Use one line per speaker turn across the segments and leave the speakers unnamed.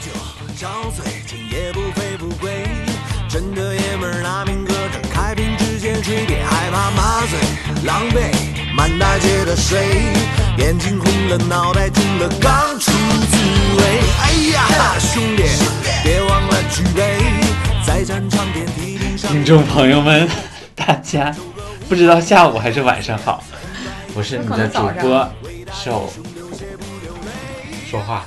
酒，找醉，今夜不醉不归。真的爷们儿拿命搁着，开瓶之前吹，别害怕麻醉，狼狈，满大街的谁？眼睛红了，脑袋肿了，刚出滋味。哎呀，兄弟，别忘了举杯，在战场遍体鳞伤。
听众朋友们，大家不知道下午还是晚上好，我是你的主播手说话，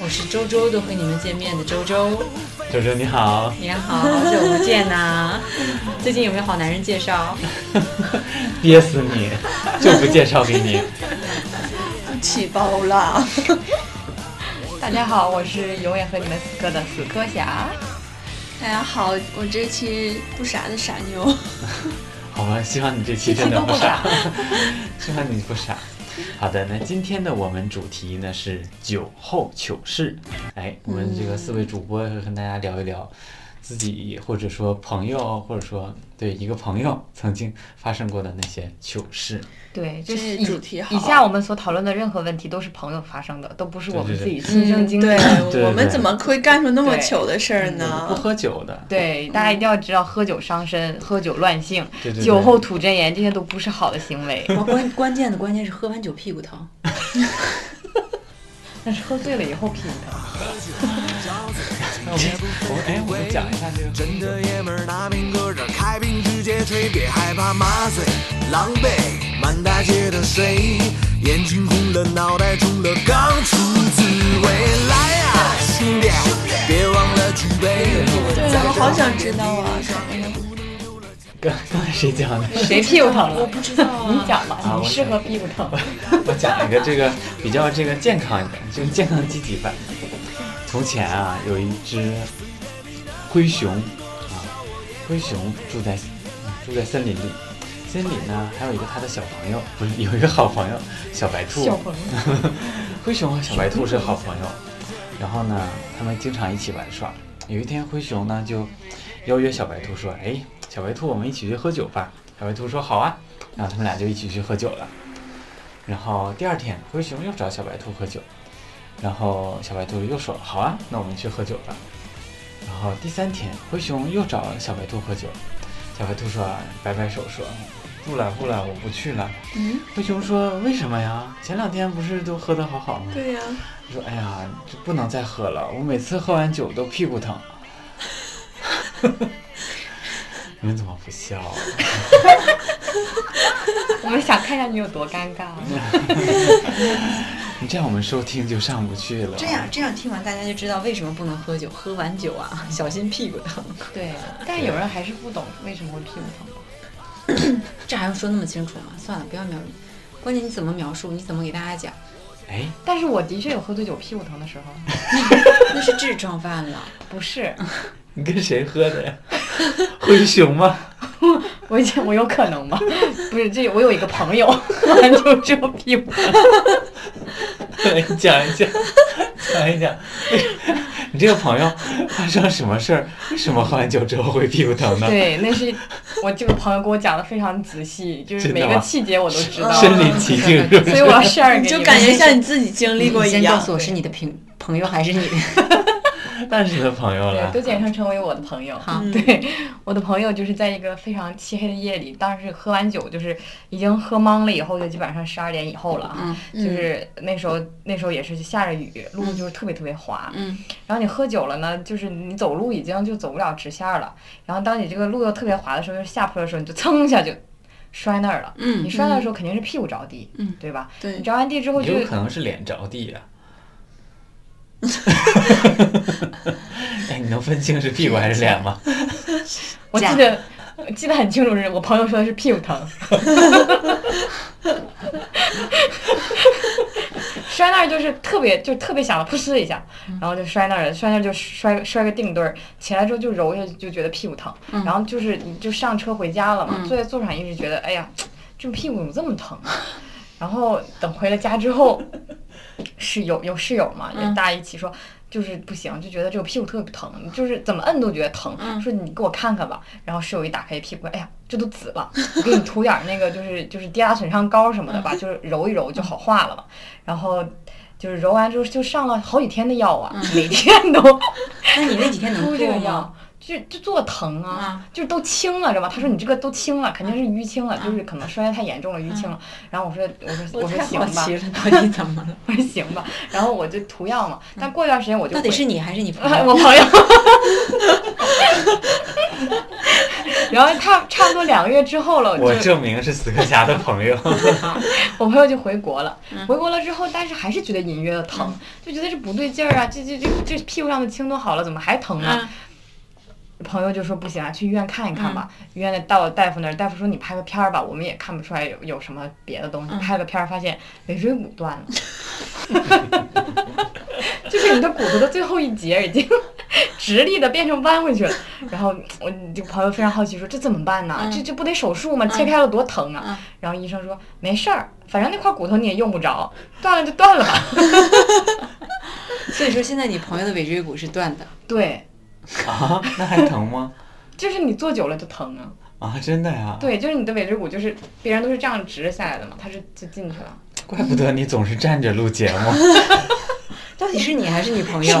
我是周周都和你们见面的周周，
周周你好，
你好，好久不 见呐、最近有没有好男人介绍？
憋死你，就不介绍给你。
起包了。大家好，我是永远和你们死磕的死磕侠。
大家好，我这期不傻的傻妞，
好吧，希望你这期 真的不傻，希望你不傻。好的，那今天的我们主题呢是酒后糗事。哎，我们这个四位主播会跟大家聊一聊自己或者说朋友，或者说对一个朋友曾经发生过的那些糗事。
对，
这
就是
是
以
主题好
以下我们所讨论的任何问题都是朋友发生的，都不是我们
对对
自
对嗯
己亲身经历的。
对
我们
对
怎么会干出那么
对
糗的事儿
不
呢？
喝酒的，
对，大家一定要知道，喝酒伤身，喝酒乱性，
对对对
酒后吐真言，这些都不是好的行为。
哦关 关键的关键是喝完酒屁股疼，
但是喝醉了以后品的，
那我们我哎，我们讲一下这个
真的爷们儿拿命搁着，开瓶直接吹，别害怕麻醉，狼狈，满大街的谁？眼睛红了，脑袋肿了，刚出滋味。来呀、兄弟，别忘了举杯。
对啊，我好想知道啊！
刚刚才谁讲的？
谁屁股疼
我
了？
不知道
你
啊，
讲
啊
吧，
我
你适合屁股疼。
我讲一个这个比较这个健康一点，就是健康积极版。从前啊，有一只灰熊啊，灰熊住在住在森林里，森林呢还有一个它的小朋友，不是有一个好朋友小白兔。
小朋友，
灰熊和小白兔是好朋友，然后呢，他们经常一起玩耍。有一天，灰熊呢就邀约小白兔说：“哎，小白兔，我们一起去喝酒吧。”小白兔说：“好啊。”然后他们俩就一起去喝酒了。然后第二天，灰熊又找小白兔喝酒，然后小白兔又说：“好啊，那我们去喝酒吧。”然后第三天，灰熊又找小白兔喝酒，小白兔说：“摆摆手说，不了不了，我不去了。”
嗯，
灰熊说：“为什么呀？前两天不是都喝得好好吗？”
对呀、
他说：“哎呀，这不能再喝了，我每次喝完酒都屁股 疼。”你们怎么不笑啊？
我们想看一下你有多尴尬。
你这样我们收听就上不去了。
这样这样听完大家就知道为什么不能喝酒，喝完酒啊小心屁股疼，
对，但是有人还是不懂为什么会屁股疼。
这还用说那么清楚吗？算了，不要描，关键你怎么描述，你怎么给大家 讲，
哎，
但是我的确有喝醉酒屁股疼的时 候，
那是痔疮犯 了，
不是，
你跟谁喝的呀？ 灰熊吗？
我有我有可能 吗？不是，这我有一个朋友， 完就只有屁股。
你讲一讲，讲一讲。你这个朋友发生了什么事儿？为什么喝完酒之后会屁股疼呢？
对，那是我这个朋友给我讲的非常仔细，就是
真的
每个
吗
细节我都知道，
是
身临其境是不
所以
是？
我要 share 给
你
你
就
们
感觉像你自己经历过
你
一
先告
样
诉。我是你的朋朋友还是 你的？
那是你的朋友
对，
了
都。简称成为我的朋友。
好
对，我的朋友就是在一个非常漆黑的夜里，当时喝完酒就是已经喝懵了，以后就基本上十二点以后了
嗯
啊。就是那时候，那时候也是下着雨，路就是特别特别滑。
嗯，
然后你喝酒了呢，就是你走路已经就走不了直线儿了。然后当你这个路又特别滑的时候，就是下坡的时候，你就蹭一下就摔那儿了。
嗯
你摔那儿的时候肯定是屁股着地，
嗯，
对吧？
对
你，着完地之后就
有可能是脸着地啊。哎，你能分清是屁股还是脸吗？
我记得我记得很清楚是，我朋友说的是屁股疼，摔那儿就是特别就特别响了，噗嗤一下，然后就摔那儿了，摔那儿就摔摔个定墩儿，起来之后就揉一下就觉得屁股疼，然后就是你就上车回家了嘛，坐在座上一直觉得哎呀，这屁股怎么这么疼啊、然后等回了家之后，室友有室友嘛，
嗯
就大家一起说。就是不行，就觉得这个屁股特别疼，就是怎么摁都觉得疼。
嗯
说你给我看看吧，然后室友一打开屁股，哎呀，这都紫了，我给你涂
嗯
点儿那个就是就是低压损伤膏什么的吧，就是揉一揉就好化了嘛。然后就是揉完之后就上了好几天的药
嗯
啊，每天都
那你那几天能
敷这个
吐
药
吗？。
就就做疼啊，
啊
就是都青了，知道吗？他说你这个都青了，肯定是淤青了，就是可能摔得太严重了，淤青了。然后我说我说
嗯我
说
太
行
好
吧，
奇了，到底怎么 了？
我说行吧，然后我就涂药嘛。但过一段时间我就
到底
会
是你还是你朋
哎
友？
我朋友。 然后差差不多两个月之后了，
我
就
证明是死磕侠的朋友。
我朋友就回国了。回国了之后，但是还是觉得隐约的疼，就觉得这不对劲儿啊，这这这这屁股上的青都好了，怎么还疼呢？
嗯
朋友就说不行啊，去医院看一看吧。医院到了大夫那儿，大夫说你拍个片儿吧，我们也看不出来有有什么别的东西。拍个片儿发现尾椎骨断了，就是你的骨头的最后一节已经 直立的变成弯回去了。然后我这个朋友非常好奇说这怎么办呢？这这不得手术吗？切开了多疼啊！然后医生说没事儿，反正那块骨头你也用不着，断了就断了吧。
所以说现在你朋友的尾椎骨是断的，
对，
啊，那还疼吗？
就是你坐久了就疼啊。
啊，真的呀、
对，就是你的尾椎骨就是别人都是这样直下来的嘛，它是就进去了。
怪不得你总是站着录节目。
到底是你还是你 朋友？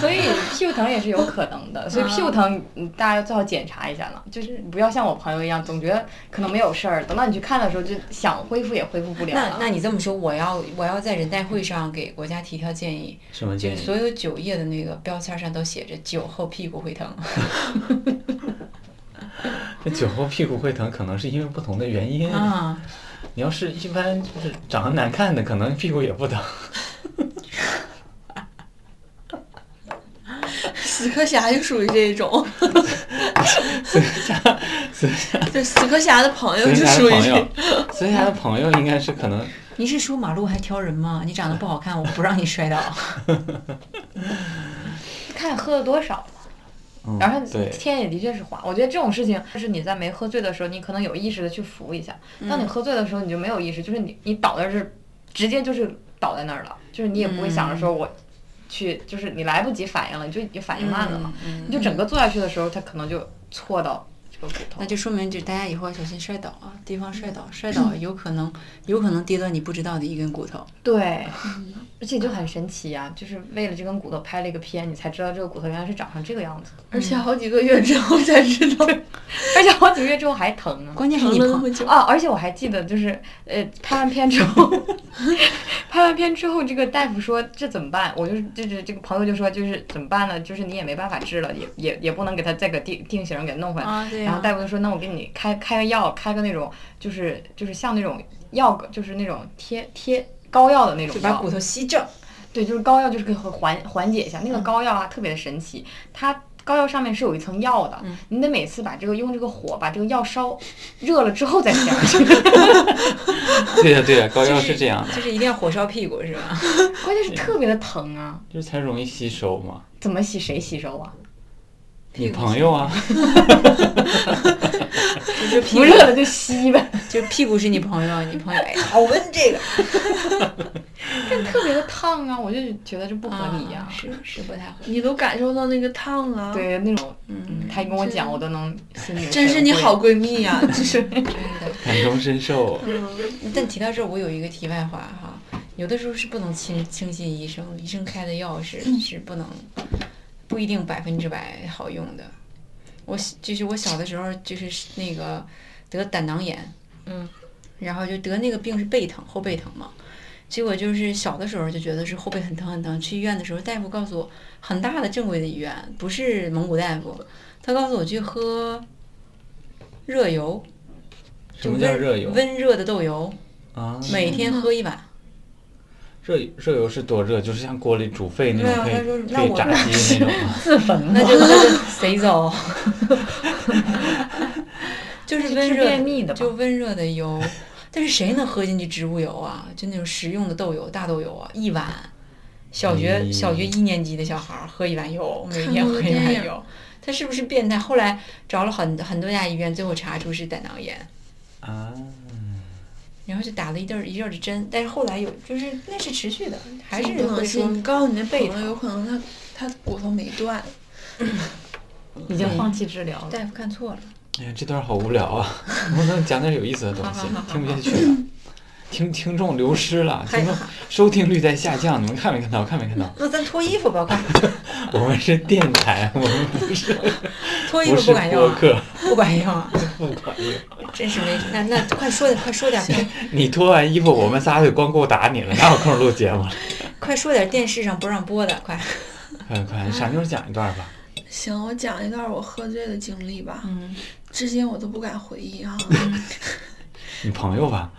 所以屁股疼也是有可能的，所以屁股疼嗯大家最好检查一下了，就是不要像我朋友一样，总觉得可能没有事儿，等到你去看的时候，就想恢复也恢复不了
那
了。
那你这么说，我要我要在人代会上给国家提条建议，
什么
就
建
是
议？
所有酒业的那个标签上都写着“酒后屁股会疼
那酒后屁股会疼，可能是因为不同的原”因。
啊，
你要是一般就是长得难看的，可能屁股也不疼。
死磕侠就属于这种，
所以像，所以像，
就死磕侠的朋友
所以
就
他
属
的
于
朋
这
友，所以他的朋友应该是可能
你是说马路还挑人吗？你长得不好看，我不让你摔倒。
看喝了多少嘛。
嗯
然后
对，
天也的确是滑，我觉得这种事情就是你在没喝醉的时候，你可能有意识的去扶一下；
嗯
当你喝醉的时候，你就没有意识，就是你你倒在这儿，直接就是倒在那儿了，就是你也不会想着说我去，就是你来不及反应了，你就你反应慢了
嗯
嘛，你就整个坐下去的时候，它可能就错到这个骨头
那。就说明，就大家以后要小心摔倒啊，提防摔倒，摔倒有可能有可能跌到你不知道的一根骨头。
对，而且就很神奇呀、就是为了这根骨头拍了一个片，你才知道这个骨头原来是长成这个样子的，嗯
而且好几个月之后才知道，
而且好几个月之后还疼呢。
关键是
疼
你
了那
朋
么久。
啊，而且我还记得，就是呃，拍完片之后， 拍完片之后，这个大夫说这怎么办？我就是就是这个朋友就说就是怎么办呢？就是你也没办法治了，也也也不能给他再给定定型儿给弄回来。
啊对
然
呀
后大夫就说那我给你开开个药，开个那种就是就是像那种药就是那种贴贴膏药的那种
就
药，
把骨头吸正，
对，就是膏药，就是可以缓缓解一下。那
嗯
个膏药啊，特别的神奇，它膏药上面是有一层药的，
嗯
你得每次把这个用这个火把这个药烧热了之后再下 去。
对呀、对呀、膏药是这样的，
就是一定要火烧屁股是吧？
关键是特别的疼啊，
就是才容易吸收嘛。
怎么洗谁洗手啊？
你朋友 啊，
就是屁
不
股
热了就吸呗，
就屁股是你朋友，你 朋友哎，好闻这个，
但特别的烫啊，我就觉得这不合理呀、
啊是是不太合理。
你都感受到那个烫了，，
对那种，
嗯，
他跟我讲，
真
我都能心里
啊真是你好闺蜜呀、就是
真的。
感同身受。
但提到这儿，我有一个题外话哈，有的时候是不能轻轻信医生，医生开的药是
嗯
是不能，不一定百分之百好用的。我小就是我小的时候就是那个得胆囊炎，
嗯，
然后就得那个病是背疼，后背疼嘛。结果就是小的时候就觉得是后背很疼很疼，去医院的时候，大夫告诉我，很大的正规的医院，不是蒙古大夫，他告诉我去喝热油，
什
就
么
温
叫热油
温热的豆油，
啊？
每天喝一碗。
热热油是多热？就是像锅里煮沸那
没
种，可
有啊他说
以
那
可以
我
炸鸡那种 吗。
自焚
那就那就谁走？ 就是温
是
热
便秘的吧
就温热的油，但是谁能喝进去植物油啊？就那种食用的豆油、大豆油啊，一碗。小学、
嗯
小学一年级的小孩儿喝一碗油，每
看
天
过
喝
的
一
电
碗
影
油，他是不是变态？后来找了很很多家医院，最后查出是胆囊炎。
啊，
然后就打了一阵儿一阵儿的针，但是后来有就是那是持续的，还是
不能
会
信。
说
你告诉你那
背
朋友，有可能他他骨头没断，
已经放弃治疗了。
大夫看错了，
哎呀，这段好无聊啊！能不能讲点有意思的东西？听不下去了，听 听众流失了，
哎
听众收听率在下降，你们看没看到？看没看到？
那咱脱衣服吧，快
我们是电台，我们不是
脱衣
不
服
是
不管用
播
啊，
客，
不管用 啊，
不管用。
真是没那那快说点，快说点，
你脱完衣服，我们仨就光够打你了，哪有空录节目了？
快说点电视上不让播的，快。
快快，傻妞讲一段吧。
行，我讲一段我喝醉的经历吧，
嗯，
至今我都不敢回忆啊 哈。
嗯你朋友吧？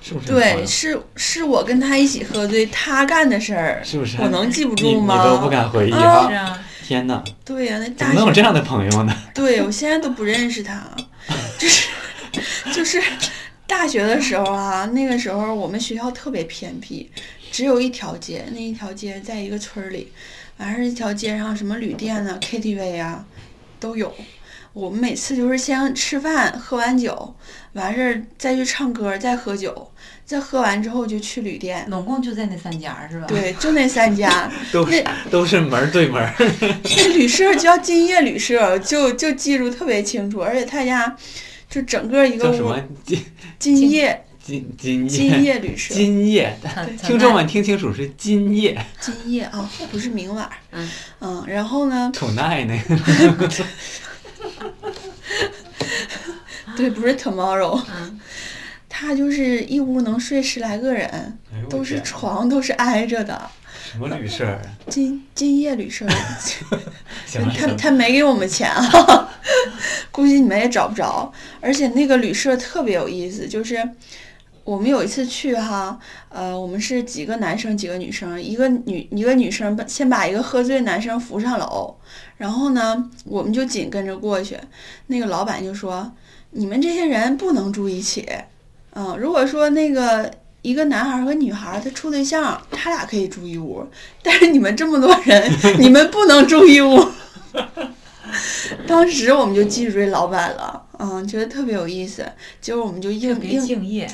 是不是你朋友？
对，是是我跟他一起喝醉，他干的事儿，
是不是？
我能记不
你你
住吗？
都不敢回忆
啊
哈
是！啊，
天哪，
对呀、那
怎么
大
能有
学
这样的朋友呢？
对，我现在都不认识他，就是就是大学的时候啊，那个时候我们学校特别偏僻，只有一条街，那一条街在一个村儿里，完事儿一条街上什么旅店呐、KTV 啊都有。我们每次就是先吃饭，喝完酒，完事儿再去唱歌，再喝酒，再喝完之后就去旅店。
总共就在那三家是吧？，
对，就那三家，
都是都是门儿对门 儿，
那 旅社叫金叶旅社，就就记住特别清楚，而且他家就整个一个
叫什
屋
么金
金叶
金金
金
叶
叶旅社，
金叶，
惨 惨
听众们听清楚是金叶
金叶啊，不是明晚。
嗯
嗯，然后呢，
土奈那 个，哎
对，不是 tomorrow，
啊嗯
他就是一屋能睡十来个人，
哎呦我
都是
天
床都是挨着的。
什么旅社啊？
金金叶旅社，
行了，
他
行了
他没给我们钱啊， 估计你们也找不着。而且那个旅社特别有意思，就是我们有一次去哈，呃，我们是几个男生几个女生，一个女一个女生把先把一个喝醉男生扶上楼，然后呢，我们就紧跟着过去。那个老板就说：“你们这些人不能住一起，嗯，如果说那个。”一个男孩和女孩，他处对象，他俩可以住一屋，但是你们这么多 人，你们不能住一屋。 当时我们就记住这老板了，嗯，觉得特别有意思。结果我们就
特
硬
别
硬
敬业。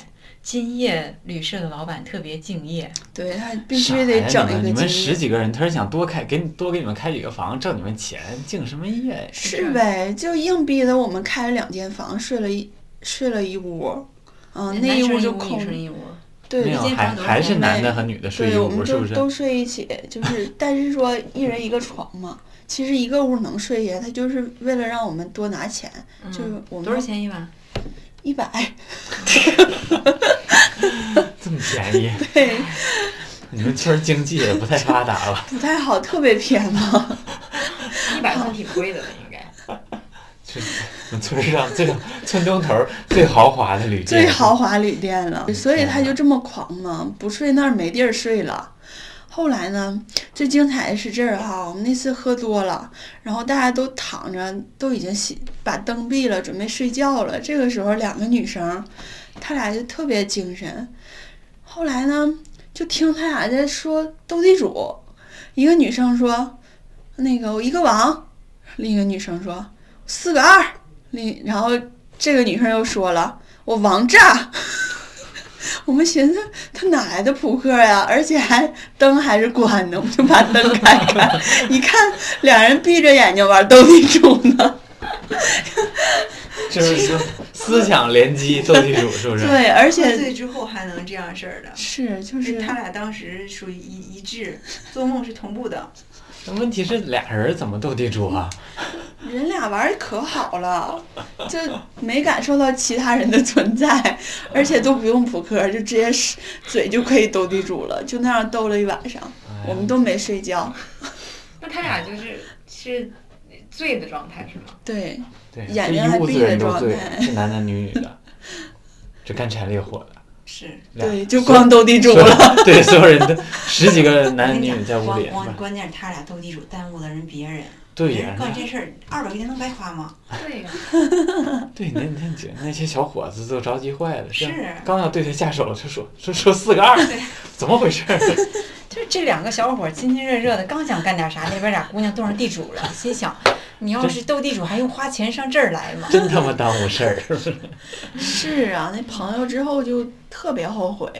金业旅社的老板特别敬业，
对他必须
啥呀
得整
你们你
一个
们
经
十
验，
几个人，他是想多开给你多给你们开几个房，挣你们钱，敬什么业呀？
是呗？就硬逼得我们开了两间房，睡了一睡了一屋，
哦
嗯，那
男生
屋
一
就
屋，女
空，
生一屋，
没
对
有，
一间
还
房都是
还是
同
男
类
的和女的睡一
对，我
屋，
们
是
就
不是？
都睡一起，就是 但是说一人一个床嘛。其实一个屋能睡下，他就是为了让我们多拿钱，就是我们
嗯多少钱一晚？
一百，
这么便宜，
对，
你们村儿经济也不太发达吧？
不太好，特别偏嘛。
一百算挺贵的了，应该。
这我们 村儿上最村东头儿最豪华的旅店，
最豪华旅店了，所以他就这么狂嘛，不睡那儿没地儿睡了。后来呢，最精彩的是这儿哈，我们那次喝多了，然后大家都躺着，都已经熄把灯闭了，准备睡觉了。这个时候，两个女生，她俩就特别精神。后来呢，就听她俩在说斗地主，一个女生说：“那个我一个王。”另一个女生说：“四个二。”另然后这个女生又说了：“我王炸。 我们寻思他哪来的扑克呀、而且还灯还是关的，我们就把灯开 开，一看俩人闭着眼睛玩斗地主呢。
就是说思想联机斗地主，是不是？
对，而
喝
且
醉之后还能这样事儿的。
是就
就是
是
他俩当时属于一一致，做梦是同步的。
那问题是俩人怎么斗地主啊？
人俩玩的可好 了，就没感受到其他人的存 在，而且都不用扑克，就直接是嘴就可以斗地主了，就那样斗了一晚上， 我
哎
们都没睡觉。
那他俩就是是醉的状态是吗？
对，
对，
眼
这
睛
一
还
屋
闭
子
着
人都
状
醉，
态
是男男女女 的，就干柴烈火的，
是，
俩
对，就光斗地 主
所有
了。
对，所有人都十几个男
我跟
男
你
女
哎
讲
女在屋
光
里，是
光
吧
关键是他俩斗地主耽误了人别人，
对
人
呀，
干这事儿二百块钱能白花吗？
对呀、
对，那那几那些小伙子都着急坏了，
是
这刚要对他下手，就说说说四个二，怎么回事？
就是这两个小伙儿亲亲热热的，刚想干点啥，那边俩姑娘斗上地主了，心想，你要是斗地主还用花钱上这儿来吗？
真他妈耽误事儿！
是啊，那朋友之后就特别后悔。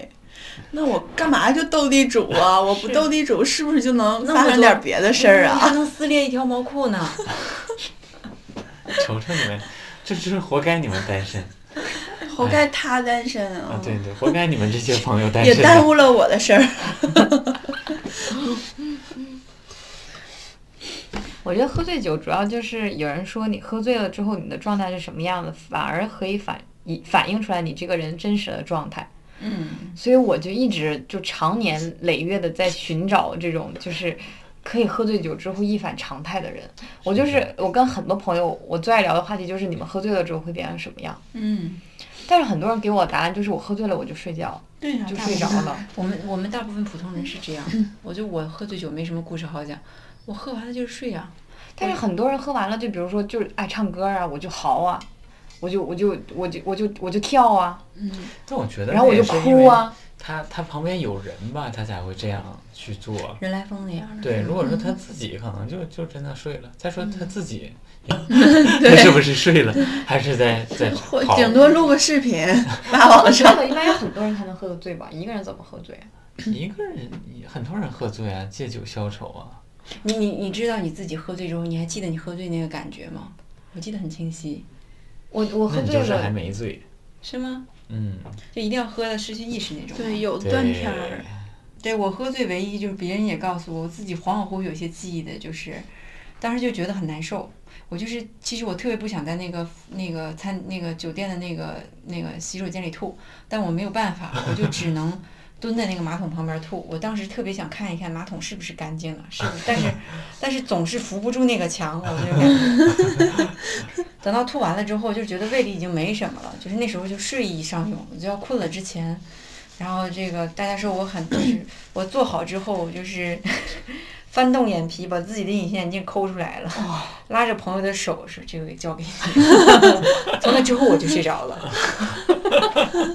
那我干嘛就斗地主啊？我不斗地主，是不是就能
那
发
么
生
多
点别的事儿
还
啊？
能撕裂一条毛裤呢。
瞅瞅你们，这就是活该你们单身
活该他单身
啊
啊！！
对对，活该你们这些朋友单
也
身啊。
耽误了我的 事儿。
我觉得喝醉酒主要就是有人说你喝醉了之后你的状态是什么样的，反而可以反以反映出来你这个人真实的状态。
嗯，
所以我就一直就常年累月的在寻找这种就是可以喝醉酒之后一反常态的人。我就是我跟很多朋友，我最爱聊的话题就是你们喝醉了之后会变成什么样。
嗯，
但是很多人给我答案就是我喝醉了我就睡觉，
对呀、
就
大
睡
部
着
分
了。
我们我们大部分普通人是这样，我就我喝醉酒没什么故事好讲，我喝完了就是睡啊。
但是很多人喝完了，就比如说就是爱唱歌啊，我就嚎啊，我就我就我就我就我就跳啊，
但我觉得，
然后我就哭啊。。
他他旁边有人吧，他才会这样去做。
人来疯那样的，
对，如果说他自己可能就就真的睡了。再说他自己，哎他是不是睡了，还是在在
或
跑？
顶多录个视 频发网
这
上。
个应该有很多人才能喝得醉吧？一个人怎么喝醉啊？
一个人，很多人喝醉啊，借酒消愁啊。
你你你知道你自己喝醉之后，你还记得你喝醉那个感觉吗？我记得很清晰，
我
那
我喝
你
醉
就是还
了，
没醉，
是吗？
嗯，
就一定要喝到失去意识那种。
对，，有
对，
断片儿，
对我喝醉唯一就是别人也告诉我，我自己恍恍惚惚有些记忆的，就是当时就觉得很难受。我就是其实我特别不想在那个那个餐那个酒店的那个那个洗手间里吐，但我没有办法，我就只能蹲在那个马桶旁边吐。我当时特别想看一看马桶是不是干净了，是 不是？但是但是总是扶不住那个墙，我就感 觉。等到吐完了之后，就觉得胃里已经没什么了，就是那时候就睡意上涌，就要困了之前。然后这个大家说我很就是我做好之后，就是 翻动眼皮，把自己的隐形眼镜抠出来了，拉着朋友的手说：“这个给交给你。” 从那之后我就睡着了，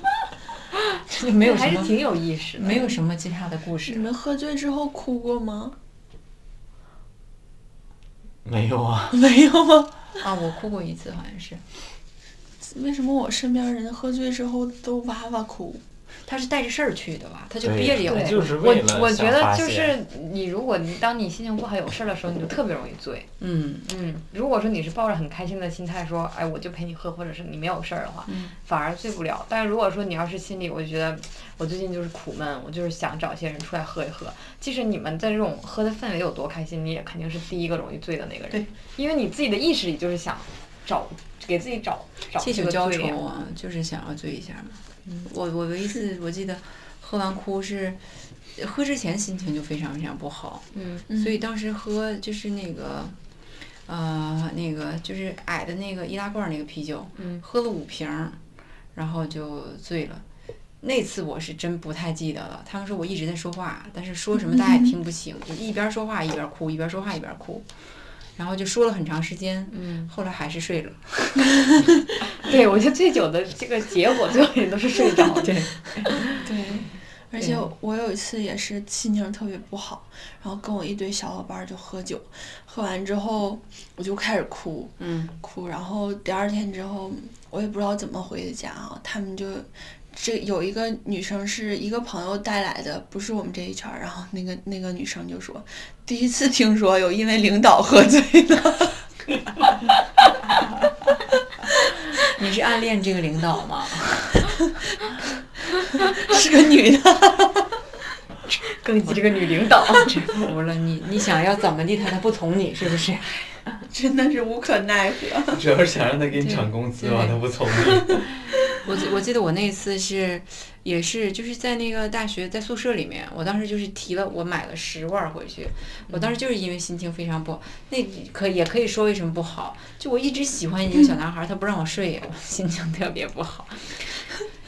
就没有什
还是
么
挺有意识的。
没有什么其他的故
你
事。
们喝醉之后哭过吗？
没有啊，
没有吗？
啊，我哭过一次，好像是，
为什么我身边人喝醉之后都哇哇哭？
他是带着事儿去的吧？他就
对
憋着要
对
哭
就是
我
为了
我
想
觉得
发
就
泄
是你，如果你当你心情不好、有事儿的时候，你就特别容易醉。
嗯，
嗯，如果说你是抱着很开心的心态说，哎，我就陪你喝，或者是你没有事儿的话，
嗯
反而醉不了。但如果说你要是心里，我就觉得我最近就是苦闷，我就是想找些人出来喝一喝。即使你们在这种喝的氛围有多开心，你也肯定是第一个容易醉的那个人
对，
因为你自己的意识里就是想找给自己找找
借
这
酒
个
浇
醉
愁
点。
啊，就是想要醉一下嘛。嗯，我 我唯一一次我记得喝完哭是喝之前心情就非常非常不好，
嗯，
所以当时喝就是那个。呃，那个就是矮的那个易拉罐儿那个啤酒，
嗯
喝了五瓶儿，然后就醉了。那次我是真不太记得了，他们说我一直在说话，但是说什么大家也听不清，就一边说话一边哭，一边说话一边哭，然后就说了很长时间，
嗯，
后来还是睡了。
对，我觉得醉酒的这个结果最后也都是睡着。 对，
对，而且
对
我有一次也是心情特别不好，然后跟我一堆小伙伴儿就喝酒，喝完之后我就开始哭
嗯，
哭，然后第二天之后我也不知道怎么回的家啊，他们就。这有一个女生是一个朋友带来的，不是我们这一圈儿。然后那个那个女生就说，第一次听说有因为领导喝醉的，
你是暗恋这个领导吗？
是个女 的。
更急这个女领导。
服了你，你想要怎么地他，他不从你是不是？
真的是无可奈何。
主要是想让他给你涨工资嘛，
对
他不从你。
我记我记得我那一次是，也是就是在那个大学在宿舍里面，我当时就是提了我买了十罐儿回去，我当时就是因为心情非常不好，那可也可以说为什么不好，就我一直喜欢一个小男孩儿，他不让我睡呀，我 心情特别不好。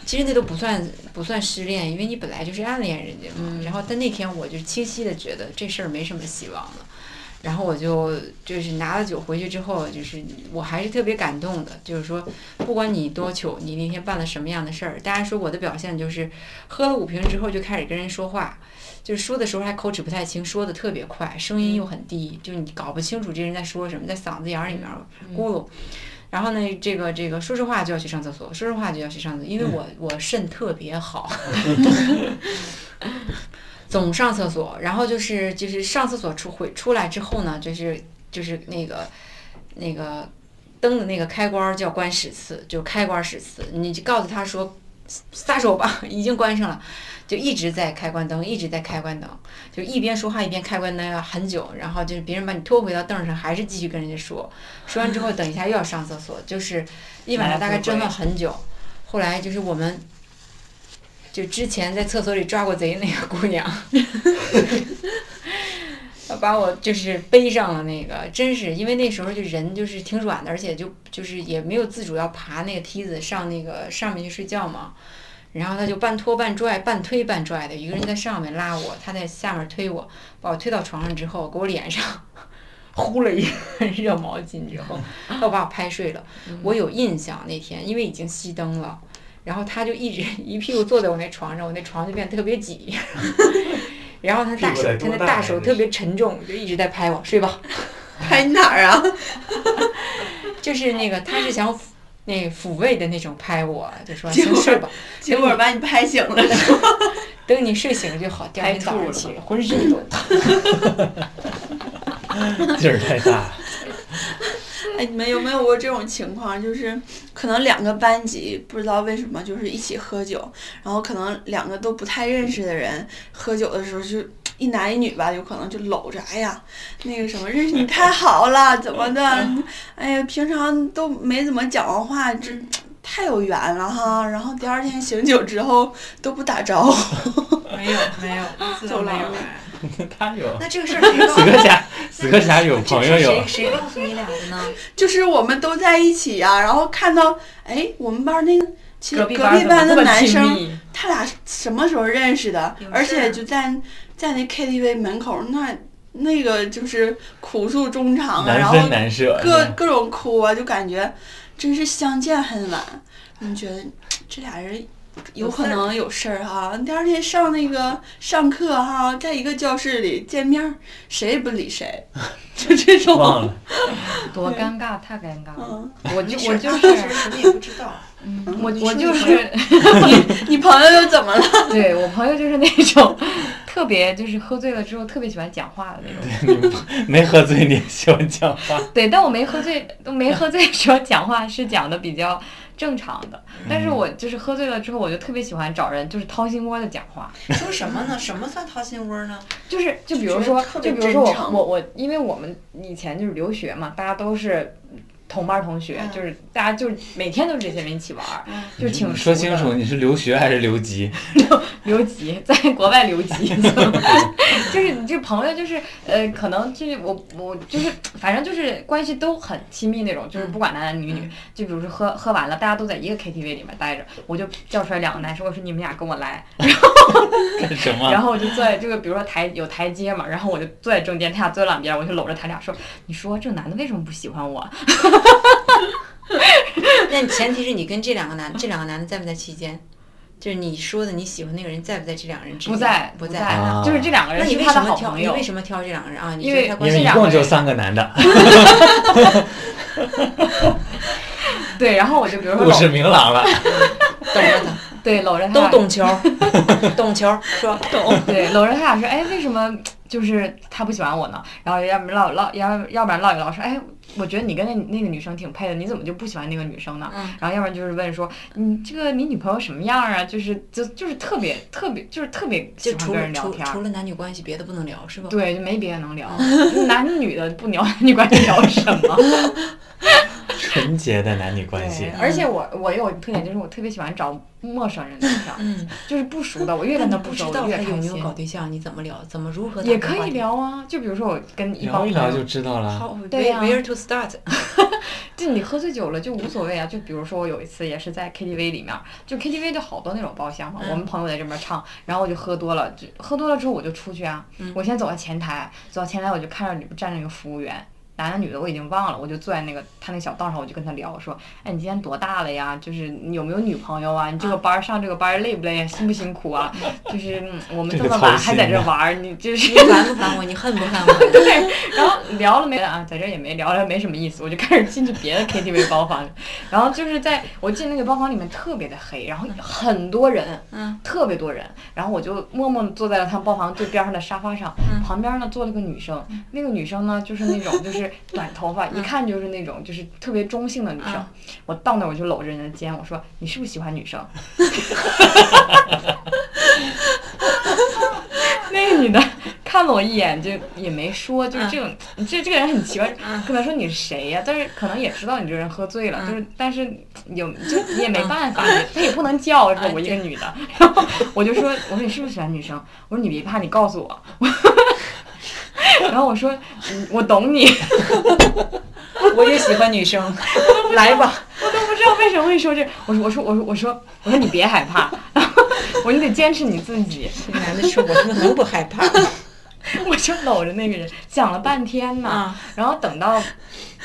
其实那都不算不算失恋，因为你本来就是暗恋人家嘛。然后但那天我就清晰的觉得这事儿没什么希望了，然后我就就是拿了酒回去之后，就是我还是特别感动的，就是说不管你多糗，你那天办了什么样的事儿，大家说我的表现就是喝了五瓶之后就开始跟人说话，就是说的时候还口齿不太清，说的特别快，声音又很低，就你搞不清楚这人在说什么，在嗓子眼儿里面咕噜。然后呢，这个这个，说实话就要去上厕所，说实话就要去上厕所，因为我我肾特别好，总上厕所。然后就是就是上厕所出回出来之后呢，就是就是那个那个灯的那个开关儿就要关十次，就开关十次，你就告诉他说撒手吧，已经关上了，就一直在开关灯，一直在开关灯，就一边说话一边开关灯要很久，然后就是别人把你拖回到凳上，还是继续跟人家说，说完之后等一下又要上厕所，就是一晚上大概争了很久，后来就是我们。就之前在厕所里抓过贼那个姑娘， 把我就是背上了那个，真是因为那时候就人就是挺软的，而且就就是也没有自主要爬那个梯子上那个上面去睡觉嘛。然后他就半拖半拽、半推半拽的，一个人在上面拉我，他在下面推我，把我推到床上之后，给我脸上 呼了一个热毛巾之 后，要把我拍睡了。我有印象那天，因为已经熄灯了，然后他就一直一屁股坐在我那床上，我那床就变得特别挤。 然后他大
屁
手
股得，
他
多
那
大
大
呀
手
这
特
是
别沉重，就一直在拍我，睡吧。
拍你哪儿啊？
就是那个他是想抚那抚慰的那种拍我，就说
结
先
果
睡吧，
结果把你拍醒了，
等你睡醒了就好，第二天早上起来浑身 都疼。
劲儿太大。
哎，你们有没有过这种情况？就是可能两个班级不知道为什么就是一起喝酒，然后可能两个都不太认识的人喝酒的时候就一男一女吧，有可能就搂着，哎呀，那个什么，认识你太好了，怎么的？ 哎呀，平常都没怎么讲完话，这
嗯
太有缘了哈。然后第二天醒酒之后都不打招呼，
没有没有，一次都没有。
他有
那这个事儿谁告
死磕 侠，死磕侠有朋友有
谁，谁告诉你俩的呢？
就是我们都在一起呀、然后看到哎，我们班那个其实
隔
隔壁
班
班的男
怎
生
么这么亲。密
他俩什么时候认识的
有？事儿啊
而且就在在那 KTV 门口，那那个就是苦诉衷肠啊，然
难
后
分难舍。
各各种哭啊，就感觉真是相见恨晚。你觉得这俩人有可能有事儿哈、第二天上那个上课哈、在一个教室里见面儿，谁也不理谁，就这
忘
种。
了，
多尴尬，啊太尴尬了。
嗯，
我就我就
当
是
时什么也不知道，
嗯
嗯
我
你
我
说
就
你
是，
你朋友又怎么了？
对我朋友就是那种 特别就是喝醉了之后特别喜欢讲话的那种。
你没喝醉，你也喜欢讲话。
对，但我没喝醉，都没喝醉的时候讲话是讲的比较正常的，但是
嗯
我就是喝醉了之后，我就特别喜欢找人就是掏心窝的讲话，
说什么呢？什么算掏心窝儿呢？
就是就比
就
如
觉得
说
特，
就
别
比如说
真
我
诚
我我，因为我们以前就是留学嘛，大家都是。同班同学、
嗯
就是大家就是每天都是这些人一起玩儿，就是挺
你说
熟
清
的
楚，你是留学还是留 级？
留级，在国外留 级，就是你这朋友就是呃，可能就是我我就是反正就是关系都很亲密那种，就是
嗯
不管男男女女，就比如说喝喝完了，大家都在一个 KTV 里面待着，我就叫出来两个男生，我说你们俩跟我来，
干什么？
然后我就坐在这个比如说台有台阶嘛，然后我就坐在中间，他俩坐在两边，我就搂着他俩说，你说这男的为什么不喜欢我？
那前提是你跟这两个男，这两个男的在不在期间？就是你说的你喜欢那个人在不在这两个人之间？
不在
不
在，
啊
就是这两个
那
人
你
是
为
他的
什么
好
挑？
朋
你
友
为。什么挑这两个人啊？你
因
觉得
为
他关
因
系
为一
两
共
个
就
人
三个男的，
对，然后我就比如说
故
搂
事明朗了。
懂了的，
对搂着他
都
俩
懂球儿， 懂球儿 说懂。
对，搂着他俩说，哎，为什么就是他不喜欢我呢？然后要不然唠唠，要要不然唠一唠说，哎，我觉得你跟那那个女生挺配的，你怎么就不喜欢那个女生呢？
嗯
然后要不然就是问说，你这个你女朋友什么样啊？就是就就是特别特别就是特别喜
就
欢
除
跟
了
人聊
除
天儿。
除了男女关系，别的不能聊是吧？
对，就没别的能聊，男女的不聊，你管你聊什么？
纯洁的男女关系
对，，而且我我有特点，就是我特别喜欢找陌生人聊天，
嗯，
就是不熟的，我越
那
跟
你
他
不
不
知
熟，
道
我
他
越
有
开
没有
心
搞。对象，你怎么聊？怎么如何？
也可以。聊啊，就比如说我跟一帮
聊一聊
朋友
就知道了。
How
对
where
呀
哦 where to start？
就你喝醉酒了就无所谓啊，就比如说我有一次也是在 KTV 里面，就 KTV 就好多那种包厢嘛，
嗯
我们朋友在这边唱，然后我就喝多了，就喝多了之后我就出去啊，
嗯
我先走到前台，走到前台我就看着里面站着一个服务员。男的女的我已经忘了，我就坐在那个他那小道上，我就跟他聊，我说，哎，你今年多大了呀？就是你有没有女朋友啊？你这个班儿上这个班儿累不累啊？辛不辛苦啊？就是嗯我们
这
这
个
么
操
晚还在
心
这
啊
玩儿，你就是
你烦不烦我？你恨不恨我？
对，然后聊了没啊，在这儿也没聊了，没什么意思，我就开始进去别的 KTV 包房，然后就是在我进那个包房里面特别的黑，然后很多人，
嗯，
特别多人，然后我就默默的坐在了他们包房最边上的沙发上，旁边呢坐了个女生，那个女生呢就是那种就是就是短头发，一看就是那种就是特别中性的女生。我到那儿我就搂着人家的肩，我说你是不是喜欢女生？ 那个女的看了我一眼，就也没说，就是这种，你这这个人很奇怪，可能说你是谁呀、但是可能也知道你这人喝醉了，就是但是有就你也没办法，他也不能叫 说我一个女的，然后我就说我说你是不是喜欢女生？我说你别怕，你告诉我。 然后我说，嗯我懂你， 我
我也喜欢女生，来吧，
都不知道为什么会说这。我说我说我说我说我说你别害怕， 我说你得坚持你自己。
这男的说我说能不害怕？
我就搂着那个人讲了半天呢，
啊
嗯
然后等到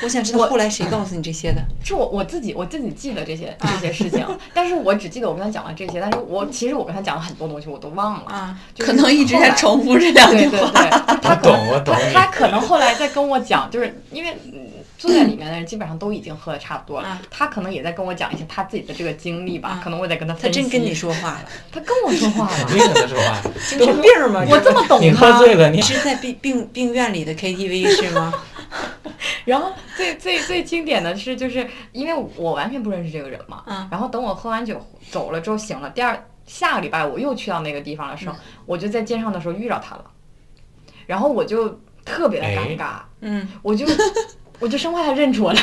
我想知道后来谁告诉你这些的？
是我我自己我自己记得这些
嗯
这些事情，但是我只记得我跟他讲了这些，但是我其实我跟他讲了很多东西我都忘了，
啊，
就是
嗯可能一直在重复这两
后来。
句
对对
话。
对，
我懂，我懂
他
你。
他可能后来在跟我讲，就是因为嗯坐在里面的人基本上都已经喝的差不多了，
嗯
啊
他可能也在跟我讲一些他自己的这个经历吧，
啊
可能我在跟他
他
分析。
真跟你，说话了，
他跟我说话了，
没跟他说话，
精神病吗？
我这么懂
你喝
他。
醉了，你
你是在病病病院里的 KTV 是吗？
然后最最最经典的是，就是因为我完全不认识这个人嘛，
啊
然后等我喝完酒走了之后醒了，第二下个礼拜我又去到那个地方的时候，
嗯
我就在街上的时候遇到他了，然后我就特别的
哎
尴尬，
嗯，
我就我就生怕他认出我 来，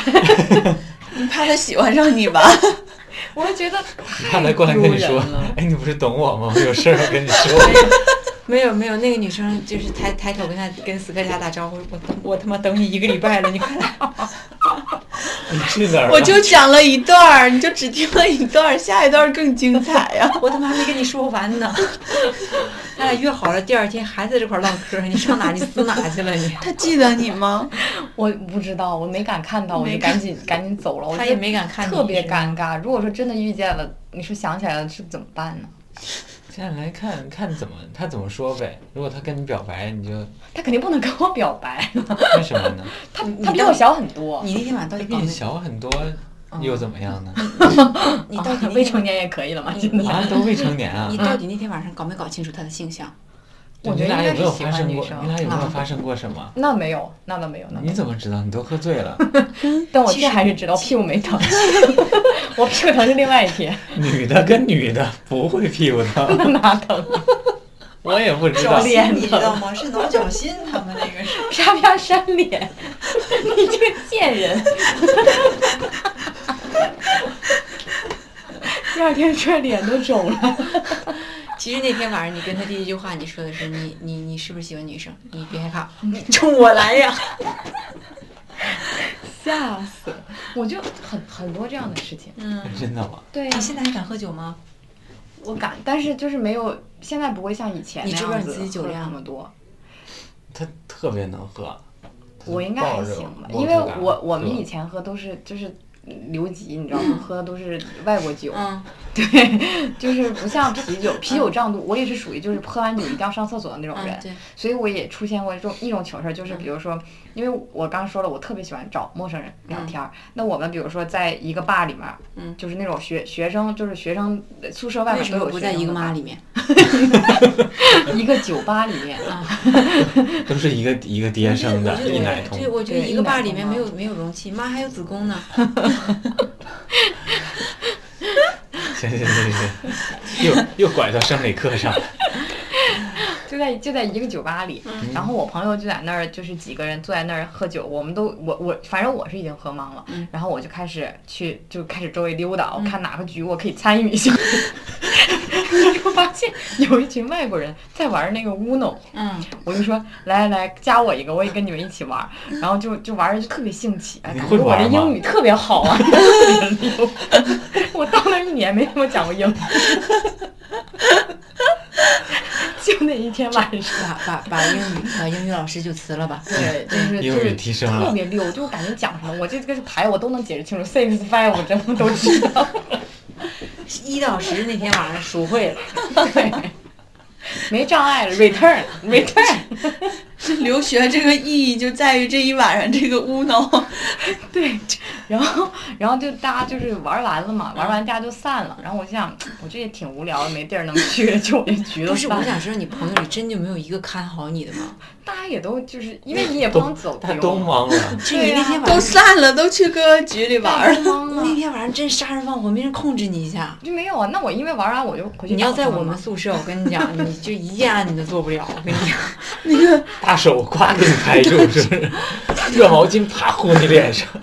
你怕他喜欢上你吧？
我就觉得
他
太
来
丢
过来
人
跟你说
了。，
哎，你不是懂我吗？我有事儿要跟你说。
没有没有，那个女生就是抬抬头跟他跟斯科亚打招呼，我等我他妈等你一个礼拜了，你快来！啊
你去 哪儿了？
我就讲了一段儿，你就只听了一段儿，下一段儿更精彩呀、
我他妈还没跟你说完呢， 咱俩约好了，第二天还在这块儿唠嗑，你上哪你死哪去了你？
他记得你吗？
我不知道，我没敢看到，我就
没
赶紧赶紧走了。我
他
觉
也
得
没敢看你
特别
是吧
尴尬。如果说真的遇见了，你说想起来了是怎么办呢？
现在来看看怎么他怎么说呗。如果他跟你表白，你就
他肯定不能跟我表白，
为什么 呢？
他
你
他比
到
我小很多，
你那天晚上到
他
底
比
搞
你
没？
小很多，
嗯
又怎么样呢？
你
啊
到底那
未
天
成年也可以了嘛？
你
真的，
你
啊，都未成年啊
你。到底那天晚上搞没搞清楚他的性向？
对
我
你
觉得
俩
应
有
该
没
是
有
喜
发
欢
生
女
过？
生嗯
你俩有没有
啊
发生过什么？
那没有，那倒没有，那没
你
有。
怎么知道？你都喝醉了。
但我
其实
这还是知道屁股没疼， 我屁股疼是另外一天，
女的跟女的不会屁股疼，
哪疼？啊
我也不知道
找。脸
你知
疼
道吗？是挠脚心，他们那个是。
啪啪扇脸，你这个贱 人！第二天这脸都肿了。
其实那天晚上你跟他第一句话，你说的是你你你是不是喜欢女生？你别害怕，你冲我 来呀！
吓死！ 我就很很多这样的事情。
嗯，
真的吗？
对
你现在还敢喝酒吗？
我敢，但是就是没有，现在不会像以前那
你知不知道
样
你
子
自己酒
喝
量
那么多。
他特别能喝。他
我应该还
抱着
行吧，
我
因为
就敢
我我们
喝
以前喝都是就是留级，你知道 吗？喝的都是外国酒，
嗯，
对，就是不像啤酒，啤酒胀肚，我也是属于就是喝完酒一定要上厕所的那种人
嗯，对，嗯
所以我也出现过一种一种糗事儿，就是比如说，因为我刚说了，我特别喜欢找陌生人聊天儿。那我们比如说在一个坝里面儿，
嗯
就是那种学学生，就是学生宿舍外
为
面
什
都
么
有
不
学
在
生
一个
的嘛
妈里面？
一个酒吧里面，
嗯
都是一个一个爹生的，一奶
对，
桶
对，。我觉得
对
一
一奶
个啊坝
桶
里面
嘛
没有没有容器，妈还有子宫呢。
行行行行，又又拐到生理课上了。
就在就在一个酒吧里。然后我朋友就在那儿，就是几个人坐在那儿喝酒，我们都我我反正我是已经喝懵了，然后我就开始去就开始周围溜达，我看哪个局我可以参与一下。 就发现有一群外国人在玩那个 Uno，
嗯，
我就说来来来，加我一个，我也跟你们一起玩儿，然后就就玩儿就特别兴起，哎，
你
感
会
觉我
玩
这
吗
英语特别好啊， 特别溜 我到那儿一年没怎么讲过英语，就那一天晚上，
把把把英语把英语老师就辞了吧。
对，就是
英
就
语
是
提升了
特别溜，就我感觉讲什么，我这个是牌我都能解释清楚，six five 我真的都知 道，
一到十那天晚上数会了，
对，没障碍了，return return，
留学这个意义就在于这一晚上这个乌 弄，
对，然后然后就大家就是玩完了嘛，玩完大家就散了。然后我就想，我这也挺无聊的，没地儿能去， 就我这局都
不是，
散
我
了。
想知道你朋友里真就没有一个看好你的吗？
大家也都就是因 为你也不能走
他
丢，
都忙了，
就你
对
那
呀
天晚
都
上，
散了，都去各个局里玩
大家
了。
都忙 了
那天晚上真杀人放火，没人控制你一下。
就没有啊。那我因为玩完我就回去。
你要在我们，宿舍，我跟你讲，你就一件案你都做不了。我跟你讲，
那个
大手夸给你拍住，是不 是？热毛巾啪呼你脸上，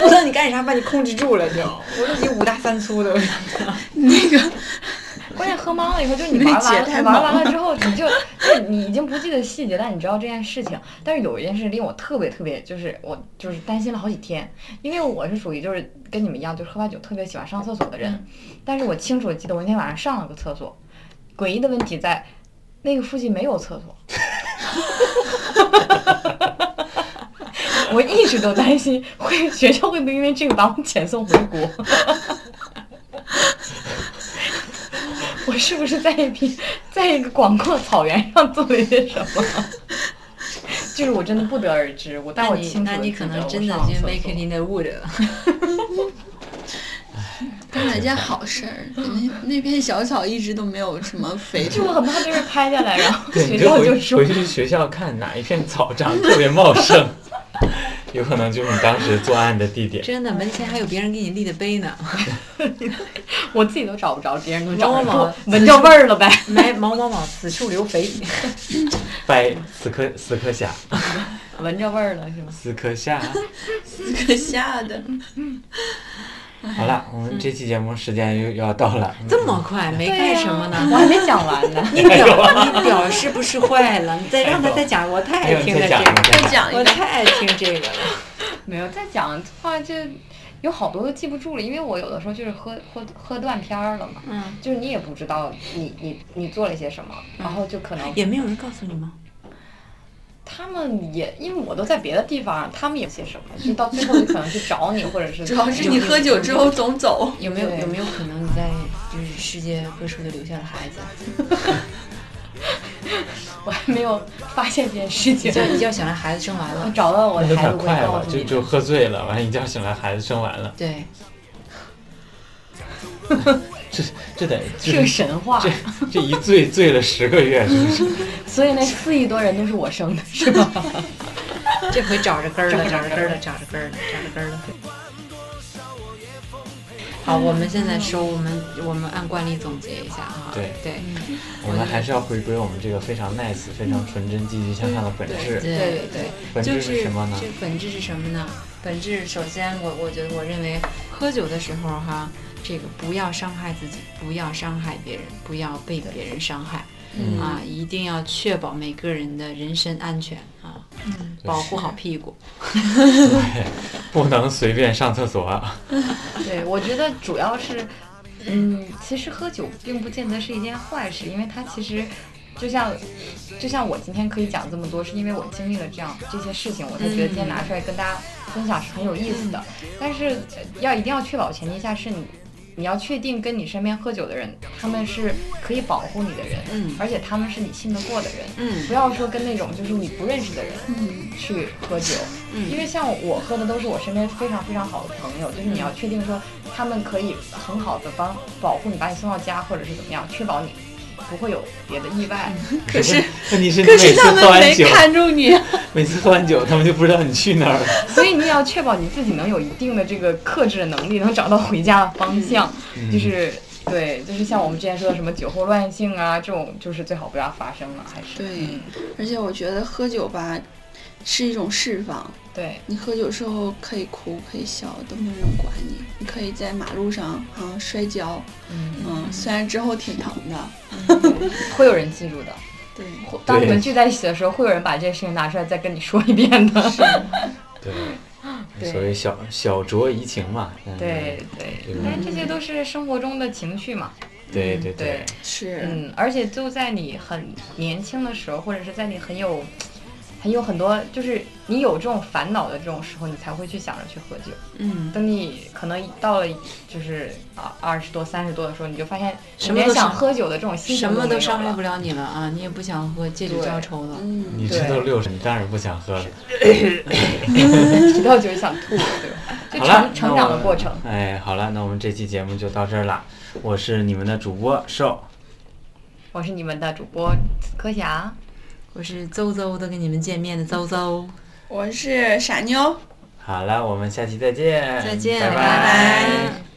不知道你干啥把你控制住了就。我说你五大三粗的，
那 个
关键喝懵了以后，就是
那
你玩
姐
完
太
了
忙
玩完了之后，你就就是你已经不记得细节，但你知道这件事情。但是有一件事令我特别特别，就是我就是担心了好几天，因为我是属于就是跟你们一样，就是喝完酒特别喜欢上厕所的
嗯
人。但是我清楚地记得我那天晚上上了个厕所，诡异的问题在那个附近没有厕 所。我一直都担心会学校会不会因为这个把我们遣送回国。 我是不是在一片在一个广阔草原上做了一些什么？ 就是我真的不得而知，我但
那
我
你
清楚
那
地
你
记
可
得
能
我
真的
上了
就
厕
make
所
it in the wood 了。
干了件好事儿，那那片小草一直都没有什么肥
就我
猪。
很怕被人拍下来，然后
对，你
学
就
校
回
就说
回去学校看哪一片草长得特别茂盛， 有可能就是你当时作案的地点。
真的，门前还有别人给你立的碑 呢。
我自己都找不着，别人都找
猫
着
毛
我，闻掉味儿了呗。
埋毛毛毛，此处留肥。
掰死磕死磕侠，
闻着味儿了是吗？
死磕侠。
可吓的，
好了，我们这期节目时间又又要到了。
嗯
这么快，没干什么
我
呢？
还没讲完呢。
你表你表是不是坏了？你再让他再讲，我太
哎呦
爱听
再讲
了这
一个
个，
再讲
我
一个，
太爱听这个了。
没有再讲的话，就有好多都记不住了，因为我有的时候就是喝喝喝断片儿了嘛，
嗯，
就是你也不知道你你你做了些什么，然后就可能
也没有人告诉你吗？
他们也因为我都在别的地方，他们有些什么，就到最后就可能去找你，或者嗯 是
主要是你喝酒之后总 走，
有没有
对
有没有可能你在就是世界各处的留下了孩 子？
我还没有发现这件事
一
情。
觉一觉醒来，孩子生完
我
了，
找到我
那
的
都
孩
太
子，我
快
会告
了，
诉
就
你
就
的。
喝醉了，完一觉醒来孩子生完了，
对，
这这得这
是个神话，
这这一醉醉了十个月，是不是？
所以那四亿多人都是我生的，是吧？
这回找着根儿了，
找
找
着
着
根
根
儿
儿
了
了，找着根儿了，找着根儿了。好，我们现在收，我们我们按惯例总结一下哈。
对
对
我们还是要回归我们这个非常 nice、非常纯真、积极向上的本质。
对对
本质
就是
什么呢
这本质是什么呢？本质首先我，我觉得我认为喝酒的时候哈，这个不要伤害自己，不要伤害别人，不要被别人伤害、
嗯
啊，一定要确保每个人的人身安全啊，保护好屁股。
不能随便上厕所啊。
对，我觉得主要是，嗯，其实喝酒并不见得是一件坏事，因为它其实就像就像我今天可以讲这么多，是因为我经历了这样这些事情，我才觉得今天拿出来跟大家分享是很有意
嗯
思的。但是呃要一定要确保前提下是你。你要确定跟你身边喝酒的人，他们是可以保护你的人，
嗯
而且他们是你信得过的人，
嗯
不要说跟那种就是你不认识的人，去喝酒，
嗯
因为像我喝的都是我身边非常非常好的朋友，就是你
嗯
要确定说他们可以很好的帮保护你，把你送到家或者是怎么样，确保你不会有别的意外。
嗯
可是
问题是你
可
每
是他
次喝
们
完
没
酒，
看住你，
每次喝完酒，他们就不知道你去哪儿了。
所以你也要确保你自己能有一定的这个克制的能力，能找到回家的方向，
嗯
就是。对，就是像我们之前说的什么酒后乱性啊，这种就是最好不要发生了，还是嗯
对， 而且我觉得喝酒吧是一种释放。
对
你喝酒时候可以哭，可以笑，都没有人管你。你可以在马路上啊摔跤，嗯，虽然之后挺疼的。
会有人记住的。
对，
会当你们聚在一起的时候，会有人把这件事情拿出来再跟你说一遍的。
对，
对
所谓小小酌怡情嘛。嗯
对对
对，
但是这些都是生活中的情绪嘛。
对对对
对，
是，
嗯，而且就在你很年轻的时候，或者是在你很有还有很多就是你有这种烦恼的这种时候，你才会去想着去喝酒。
嗯，
等你可能到了就是啊二十多、三十多的时候，你就发现
什么
你连
都
想
伤
喝酒的这种心情
什么
没
都
有
伤害
了
不了你了啊，你也不想喝，借酒
对
浇愁了。
嗯，
你这都六十，你当然不想喝了。
提到就是想吐，对吧？就
好了
成，成长的过程。
那我们哎，好了，那我们这期节目就到这儿了。我是你们的主播瘦，
我是你们的主播柯霞，
我是邹邹的跟你们见面的邹邹，
我是傻妞。
好了，我们下期再见，
再见，
拜
拜
拜。